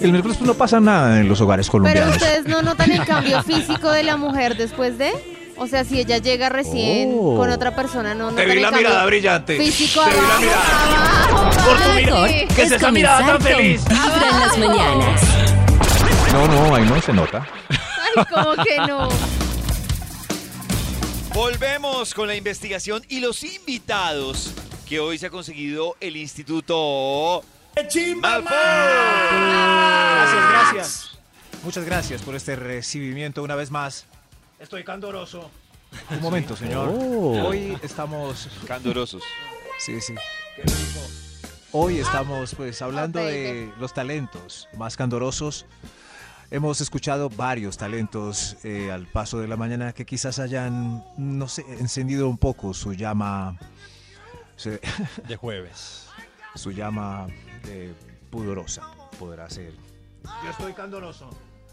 Speaker 5: el miércoles pues, no pasa nada en los hogares
Speaker 4: Pero
Speaker 5: colombianos.
Speaker 4: ustedes no notan el cambio físico de la mujer después de. O sea, si ella llega recién
Speaker 5: Oh.
Speaker 4: con otra persona, no
Speaker 3: Te
Speaker 4: notan
Speaker 3: vi
Speaker 4: el
Speaker 3: la
Speaker 4: cambio
Speaker 3: mirada brillante.
Speaker 4: Físico
Speaker 3: Te vi la
Speaker 4: abajo,
Speaker 3: mirada.
Speaker 4: abajo,
Speaker 3: Por tu
Speaker 4: abajo.
Speaker 3: mirada.
Speaker 4: Sí.
Speaker 3: ¿Qué es esa mirada tan feliz?
Speaker 1: Vibra en las mañanas.
Speaker 5: No, no, ahí no se nota.
Speaker 4: Ay, como que no.
Speaker 2: Volvemos con la investigación y los invitados que hoy se ha conseguido el Instituto
Speaker 5: Ah.
Speaker 6: Gracias, gracias.
Speaker 5: Muchas gracias por este recibimiento una vez más.
Speaker 6: Estoy candoroso.
Speaker 5: Un momento, señor.
Speaker 10: Oh.
Speaker 5: Hoy estamos.
Speaker 2: Candorosos.
Speaker 5: Sí, sí. Hoy estamos pues hablando de los talentos más candorosos. Hemos escuchado varios talentos eh, al paso de la mañana que quizás hayan, no sé, encendido un poco su llama, se-
Speaker 8: De jueves.
Speaker 5: su llama eh, pudorosa, podrá ser.
Speaker 6: Yo estoy candoroso.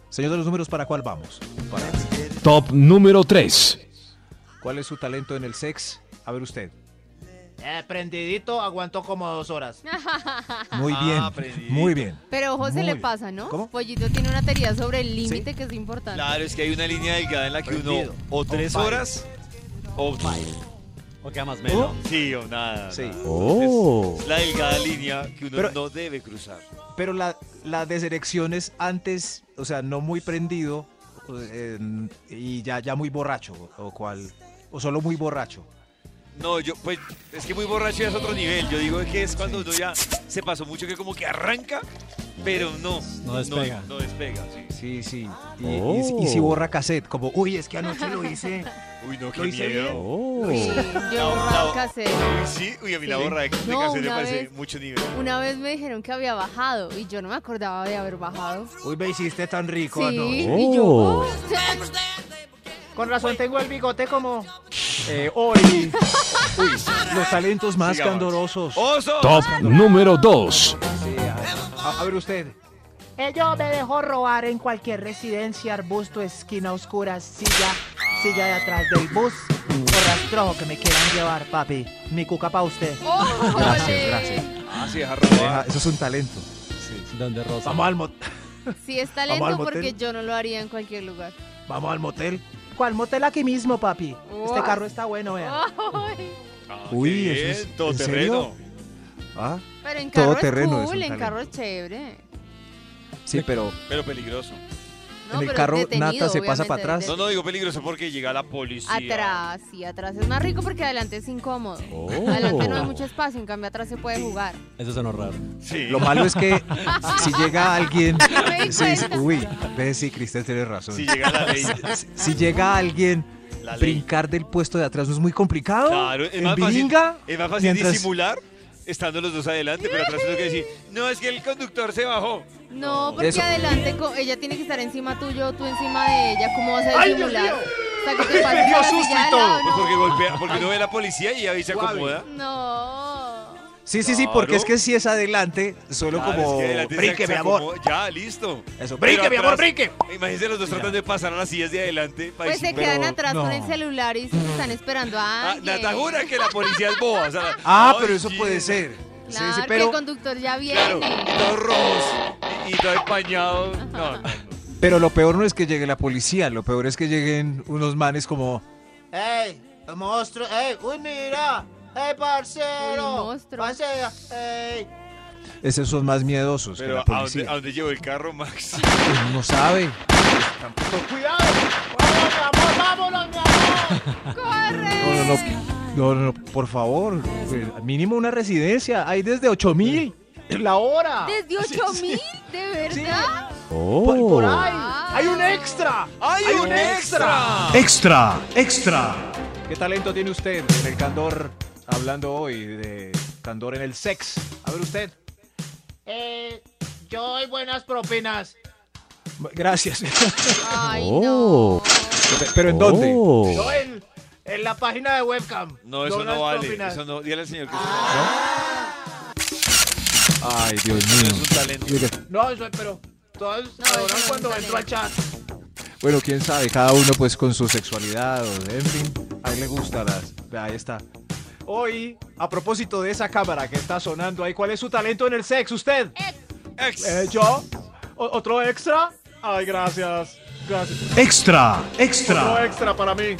Speaker 5: Señor de los números, ¿para cuál vamos? Para-
Speaker 10: Top número 3.
Speaker 5: ¿Cuál es su talento en el sex? A ver usted.
Speaker 9: Eh, prendidito aguantó como dos horas.
Speaker 5: Muy
Speaker 2: Ah,
Speaker 5: bien,
Speaker 2: aprendidito.
Speaker 5: muy bien.
Speaker 4: Pero ojo, se
Speaker 5: Muy
Speaker 4: le
Speaker 5: bien.
Speaker 4: pasa, ¿no?
Speaker 5: ¿Cómo?
Speaker 4: Pollito tiene una teoría sobre el límite que es importante.
Speaker 2: Claro, es que hay una línea delgada en la que uno o tres
Speaker 9: fire.
Speaker 2: horas o
Speaker 8: O queda más menos.
Speaker 2: sí o nada.
Speaker 5: Sí.
Speaker 2: nada.
Speaker 10: Oh.
Speaker 2: Es la delgada línea que uno
Speaker 5: Pero-
Speaker 2: no debe cruzar.
Speaker 5: Oh, Pero la, la deserección es antes, o sea, no muy prendido eh, y ya, ya muy borracho, o cual, o solo muy borracho.
Speaker 2: No, yo, pues, es que muy borracho ya es otro nivel. Yo digo que es cuando uno ya se pasó mucho que como que arranca, pero no.
Speaker 8: No despega.
Speaker 2: No, no despega, sí.
Speaker 5: Sí, sí. Y,
Speaker 10: Oh.
Speaker 5: y si- y si borra cassette, como, uy, es que anoche lo hice.
Speaker 2: Uy, no, qué
Speaker 5: Lo hice
Speaker 2: miedo.
Speaker 5: bien.
Speaker 10: Oh.
Speaker 4: Sí, yo
Speaker 2: No,
Speaker 4: borraba
Speaker 2: no.
Speaker 4: cassette.
Speaker 2: Uy, sí, uy, a mí la
Speaker 4: Sí.
Speaker 2: borra de, de
Speaker 4: No,
Speaker 2: cassette me
Speaker 4: una
Speaker 2: parece
Speaker 4: vez.
Speaker 2: mucho nivel.
Speaker 4: Una vez me dijeron que había bajado y yo no me acordaba de haber bajado.
Speaker 5: Uy, me hiciste tan rico.
Speaker 4: Sí,
Speaker 5: anoche.
Speaker 4: y yo.
Speaker 10: Oh.
Speaker 9: Con razón tengo el bigote como.
Speaker 5: Eh, hoy, uy, los talentos más
Speaker 2: Sigamos. Oh.
Speaker 5: candorosos.
Speaker 2: ¡Oso!
Speaker 10: Top número 2.
Speaker 5: Sí, a, a- a ver usted.
Speaker 9: Ello me dejó robar en cualquier residencia, arbusto, esquina oscura, silla, silla de atrás del bus o rastrojo que me quieran llevar, papi. Mi cuca pa' usted.
Speaker 2: "Oh,
Speaker 4: ¡Ole!
Speaker 2: Ah, sí, deja
Speaker 5: Deja-
Speaker 2: robar.
Speaker 5: eso es un talento.
Speaker 8: Donde Rosa.
Speaker 5: Vamos al, mot-
Speaker 4: Sí, es
Speaker 5: Vamos
Speaker 4: talento
Speaker 5: al motel.
Speaker 4: porque yo no lo haría en cualquier lugar.
Speaker 5: vamos al motel.
Speaker 9: ¿Cuál motel aquí mismo, papi? Este
Speaker 4: Wow.
Speaker 9: carro está bueno, vea.
Speaker 4: Ay,
Speaker 2: Ah,
Speaker 5: Uy,
Speaker 2: qué
Speaker 5: eso
Speaker 2: bien,
Speaker 5: es-
Speaker 2: todo
Speaker 5: ¿en
Speaker 2: terreno.
Speaker 5: serio?
Speaker 4: Oh.
Speaker 5: Ah,
Speaker 4: Pero en
Speaker 5: Todo
Speaker 4: carro es
Speaker 5: terreno es
Speaker 4: cool,
Speaker 5: un
Speaker 4: en
Speaker 5: talento.
Speaker 4: carro es chévere.
Speaker 5: sí, pero
Speaker 2: Pero peligroso.
Speaker 4: No,
Speaker 5: En el
Speaker 4: pero
Speaker 5: carro,
Speaker 4: detenido,
Speaker 5: Nata se pasa para
Speaker 4: obviamente,
Speaker 2: No, ah. no digo peligroso porque llega la policía.
Speaker 4: Atrás, sí, atrás es más rico porque adelante es incómodo.
Speaker 10: Oh.
Speaker 4: Adelante no hay mucho espacio, en cambio atrás se puede jugar.
Speaker 8: Eso sonó raro.
Speaker 2: Sí.
Speaker 5: Lo malo es que si llega alguien.
Speaker 4: me di
Speaker 5: Sí, sí,
Speaker 4: cuenta.
Speaker 5: uy, ve, sí, Cristel, tienes razón.
Speaker 2: Si llega la ley.
Speaker 5: Si, si llega alguien,
Speaker 2: La ley.
Speaker 5: brincar del puesto de atrás no es muy complicado.
Speaker 2: Claro, es
Speaker 5: En
Speaker 2: más fácil,
Speaker 5: Biringa,
Speaker 2: es más fácil
Speaker 5: mientras-
Speaker 2: disimular estando los dos adelante, pero atrás uno que decir, no, es que el conductor se bajó. Oh.
Speaker 4: No, porque
Speaker 5: Eso.
Speaker 4: adelante co- ella tiene que estar encima tuyo, tú encima de ella. ¿Cómo vas a
Speaker 6: ¡Ay, Dios
Speaker 4: disimular?
Speaker 6: mío!
Speaker 4: O sea, que te pases
Speaker 6: dio
Speaker 4: a la
Speaker 6: susto
Speaker 4: silla
Speaker 6: y
Speaker 4: al
Speaker 6: todo.
Speaker 4: lado,
Speaker 2: Pues porque golpea, porque uno ve a la policía y ahí se
Speaker 6: Suave.
Speaker 2: acomoda.
Speaker 4: No. No.
Speaker 5: Sí, sí, sí, porque
Speaker 2: Claro.
Speaker 5: es que si es adelante, solo
Speaker 2: Claro,
Speaker 5: como.
Speaker 2: Ah, es que adelante se-
Speaker 5: brinque,
Speaker 2: se
Speaker 5: mi amor.
Speaker 2: acomoda. Ya, listo.
Speaker 5: Eso,
Speaker 2: Pero
Speaker 5: brinque, mi amor,
Speaker 2: atrás-
Speaker 5: brinque.
Speaker 2: Imagínense los dos tratando de pasar a las sillas de adelante. para
Speaker 4: Pues se
Speaker 2: disimular.
Speaker 4: quedan atrás
Speaker 5: no.
Speaker 4: con el celular y se están esperando a
Speaker 2: Ah,
Speaker 4: alguien.
Speaker 2: Nata jura que la policía es boba. o sea,
Speaker 5: Ah,
Speaker 2: ay,
Speaker 5: pero eso
Speaker 2: sí.
Speaker 5: puede ser. Sí,
Speaker 4: Claro,
Speaker 5: sí,
Speaker 4: que
Speaker 5: pero,
Speaker 4: el conductor ya viene.
Speaker 2: Claro, y todos rojos y, y todo empañado. No, no, no.
Speaker 5: pero lo peor no es que llegue la policía, lo peor es que lleguen unos manes como.
Speaker 9: ¡Ey! ¡Monstruo! ¡Ey! ¡Uy, mira! ¡Ey,
Speaker 4: Uy,
Speaker 9: parcero!
Speaker 4: monstruo.
Speaker 9: ¡Parcero! ¡Ey!
Speaker 5: Esos son más miedosos que
Speaker 2: Pero
Speaker 5: la
Speaker 2: ¿a dónde,
Speaker 5: policía.
Speaker 2: ¿a dónde llevó el carro, Max?
Speaker 5: Uno No sabe.
Speaker 9: ¡Cuidado! ¡Vámonos, mi amor! ¡Vámonos, mi amor!
Speaker 5: No, no, no. No, no, no, por favor. eh, Mínimo una residencia. Hay desde 8 mil.
Speaker 9: ¡La hora!
Speaker 4: ¿Desde 8000? ¿De verdad?
Speaker 9: ¡Por
Speaker 10: Oh.
Speaker 9: ahí! ¡Hay un extra! ¡Hay, un extra!
Speaker 10: Extra, extra.
Speaker 5: ¿Qué talento tiene usted en el candor? Hablando hoy de candor en el sex. A ver usted.
Speaker 9: Eh, yo doy buenas propinas.
Speaker 5: Gracias.
Speaker 4: Ay,
Speaker 10: Oh.
Speaker 4: no.
Speaker 5: ¿Pero en dónde?
Speaker 10: Oh.
Speaker 9: Yo en, en la página de webcam.
Speaker 2: No, eso
Speaker 9: Doy
Speaker 2: no
Speaker 9: unas
Speaker 2: vale.
Speaker 9: propinas.
Speaker 2: Eso no. Dígale al señor que
Speaker 5: Ay, Dios
Speaker 2: eso
Speaker 5: mío.
Speaker 2: es un talento.
Speaker 9: No, eso es, pero todos
Speaker 4: eso
Speaker 9: adoran
Speaker 4: no es
Speaker 9: cuando entro
Speaker 4: talento.
Speaker 9: al chat.
Speaker 11: Bueno, quién sabe, cada uno pues con su sexualidad, o, en fin, a él le gusta las. Ahí está.
Speaker 5: Hoy, a propósito de esa cámara que está sonando ahí, ¿cuál es su talento en el sexo? ¿Usted?
Speaker 2: Ex.
Speaker 5: Eh, ¿Yo? ¿O- ¿Otro extra? Ay, gracias. Gracias.
Speaker 10: Extra,
Speaker 5: Otro
Speaker 10: extra.
Speaker 5: extra para mí.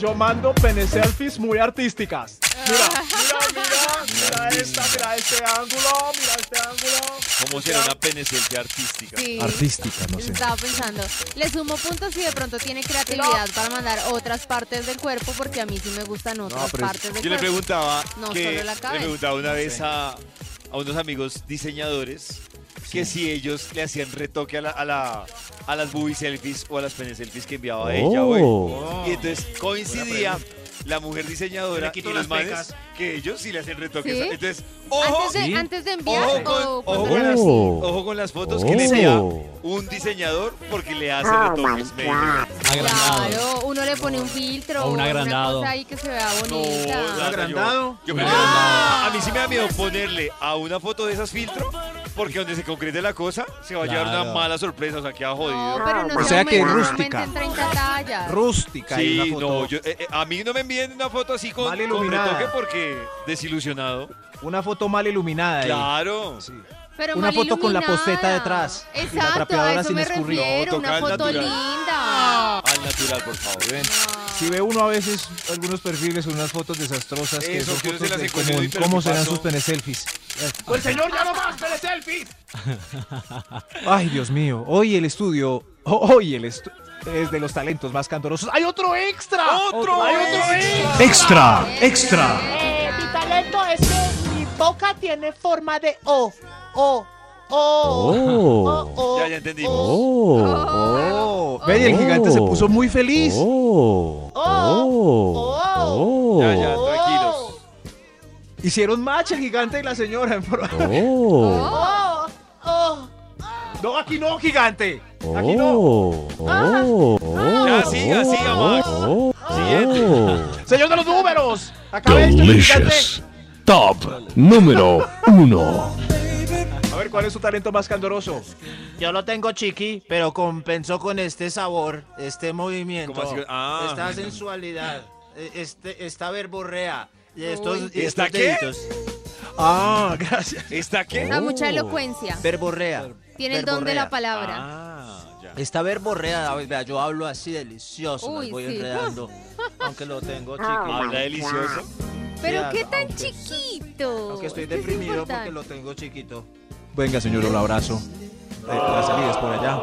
Speaker 5: Yo mando pene selfies muy artísticas. Mira, mira, mira, mira esta, mira este ángulo, mira este ángulo.
Speaker 2: ¿Cómo será una pene selfie artística?
Speaker 4: Sí.
Speaker 11: Artística, no sé.
Speaker 4: Estaba pensando, le sumo puntos si de pronto tiene creatividad para mandar otras partes del cuerpo, porque a mí sí me gustan otras
Speaker 11: pero es-
Speaker 4: partes del
Speaker 2: Yo le
Speaker 4: cuerpo.
Speaker 2: preguntaba,
Speaker 4: No,
Speaker 2: que,
Speaker 4: solo la
Speaker 2: le
Speaker 4: cabeza.
Speaker 2: preguntaba una vez a, a unos amigos diseñadores que si ellos le hacían retoque a, la- a, la- a las boobie selfies o a las pene selfies que enviaba ella. güey.
Speaker 10: Oh.
Speaker 2: Y entonces coincidía la mujer diseñadora
Speaker 12: Le
Speaker 2: y
Speaker 12: quitó
Speaker 2: los
Speaker 12: las
Speaker 2: manes
Speaker 12: pecas.
Speaker 2: que ellos sí le hacen retoques.
Speaker 4: ¿Sí?
Speaker 2: Entonces, ojo,
Speaker 4: antes, de,
Speaker 10: Sí.
Speaker 4: antes de enviar
Speaker 2: ojo, con,
Speaker 4: o
Speaker 2: ojo,
Speaker 4: cuando
Speaker 2: con
Speaker 4: lo
Speaker 2: las,
Speaker 4: recibe.
Speaker 10: Oh.
Speaker 2: ojo con las fotos que le
Speaker 10: Oh.
Speaker 2: envía un diseñador porque le hace retoques. me dijeron.
Speaker 13: Agrandado.
Speaker 4: Claro, uno le pone un filtro
Speaker 13: O un agrandado.
Speaker 4: una cosa ahí que se vea
Speaker 2: No,
Speaker 4: bonita.
Speaker 2: Dana,
Speaker 5: agrandado.
Speaker 2: Yo, yo prefiero- a mí sí me da miedo ponerle a una foto de esas filtro, porque donde se concrete la cosa, se va a llevar una
Speaker 13: Claro.
Speaker 2: mala sorpresa, o sea, queda jodido.
Speaker 4: No, pero no
Speaker 11: O sea que
Speaker 4: aumenten,
Speaker 11: rústica.
Speaker 4: aumenten 30 tallas.
Speaker 5: Rústica y
Speaker 2: Sí,
Speaker 5: una foto,
Speaker 2: no, yo- eh, eh, a mí no me envíen una foto así con,
Speaker 5: Mal
Speaker 2: con
Speaker 5: iluminada.
Speaker 2: retoque porque desilusionado.
Speaker 5: una foto mal iluminada. ahí.
Speaker 2: Claro.
Speaker 5: Sí.
Speaker 4: Pero
Speaker 5: Una
Speaker 4: mal
Speaker 5: foto con la
Speaker 4: iluminada.
Speaker 5: poseta detrás y la
Speaker 4: Exacto, a
Speaker 5: trapeadora
Speaker 4: eso
Speaker 5: sin
Speaker 4: me
Speaker 5: escurrir.
Speaker 4: refiero,
Speaker 2: No,
Speaker 4: una
Speaker 2: tocar
Speaker 4: foto
Speaker 2: natural.
Speaker 4: linda.
Speaker 2: Al natural, por favor.
Speaker 5: Si ve uno a veces algunos perfiles, unas fotos desastrosas que
Speaker 2: Eso,
Speaker 5: son
Speaker 2: que uno
Speaker 5: fotos
Speaker 2: se las
Speaker 5: de
Speaker 2: encuentra
Speaker 5: como-
Speaker 2: y dice,
Speaker 5: cómo
Speaker 2: ¿qué
Speaker 5: serán
Speaker 2: pasó?
Speaker 5: sus pene selfies.
Speaker 12: Pues, ¡El señor ya no más pele selfies!
Speaker 5: Ay, Dios mío. Hoy el estudio, ho- hoy el estudio es de los talentos más candorosos. ¡Hay otro extra!
Speaker 2: ¡Otro
Speaker 5: ¡Hay otro extra!
Speaker 10: Extra, extra.
Speaker 9: Eh, mi talento es que mi boca tiene forma de O. O. O.
Speaker 10: Oh.
Speaker 9: O.
Speaker 2: Ya, ya entendimos.
Speaker 9: O.
Speaker 10: Oh.
Speaker 5: Oh, ve, y el gigante se puso muy feliz.
Speaker 10: Oh. Oh.
Speaker 2: Ya, ya, tranquilos.
Speaker 5: Hicieron match el gigante y la señora. en forma-
Speaker 10: Oh.
Speaker 9: O. O.
Speaker 5: No, aquí no, gigante.
Speaker 10: Oh.
Speaker 5: Aquí no.
Speaker 10: Oh.
Speaker 2: Ya, siga, siga, Max.
Speaker 10: Oh.
Speaker 5: Señor de los números. Acabe este gigante.
Speaker 10: Top número uno.
Speaker 5: A ver, ¿cuál es su talento más candoroso?
Speaker 9: Yo lo tengo chiqui, pero compensó con este sabor, este movimiento,
Speaker 2: ¿Cómo así? Ah.
Speaker 9: esta sensualidad, e- este, esta verborrea. Y estos,
Speaker 4: Uy.
Speaker 9: y
Speaker 2: ¿Esta
Speaker 9: estos
Speaker 2: qué?
Speaker 9: deditos.
Speaker 5: Ah, gracias.
Speaker 2: ¿Está qué?
Speaker 4: Da
Speaker 5: Oh.
Speaker 4: mucha elocuencia.
Speaker 9: Verborrea.
Speaker 4: Tiene el don de la
Speaker 9: verborrea.
Speaker 4: palabra.
Speaker 2: Ah, ya.
Speaker 9: Esta verborrea, a ver, vea, yo hablo así delicioso, las
Speaker 4: Uy,
Speaker 9: voy
Speaker 4: sí. Ah.
Speaker 9: enredando. aunque lo tengo chiqui.
Speaker 2: Habla delicioso.
Speaker 9: Ah,
Speaker 4: Pero qué
Speaker 9: aunque-
Speaker 4: tan chiquito.
Speaker 9: Aunque estoy
Speaker 4: Es que es
Speaker 9: deprimido porque
Speaker 4: importante.
Speaker 9: lo tengo chiquito.
Speaker 11: Venga, señor, lo abrazo. Eh, la salida es por allá.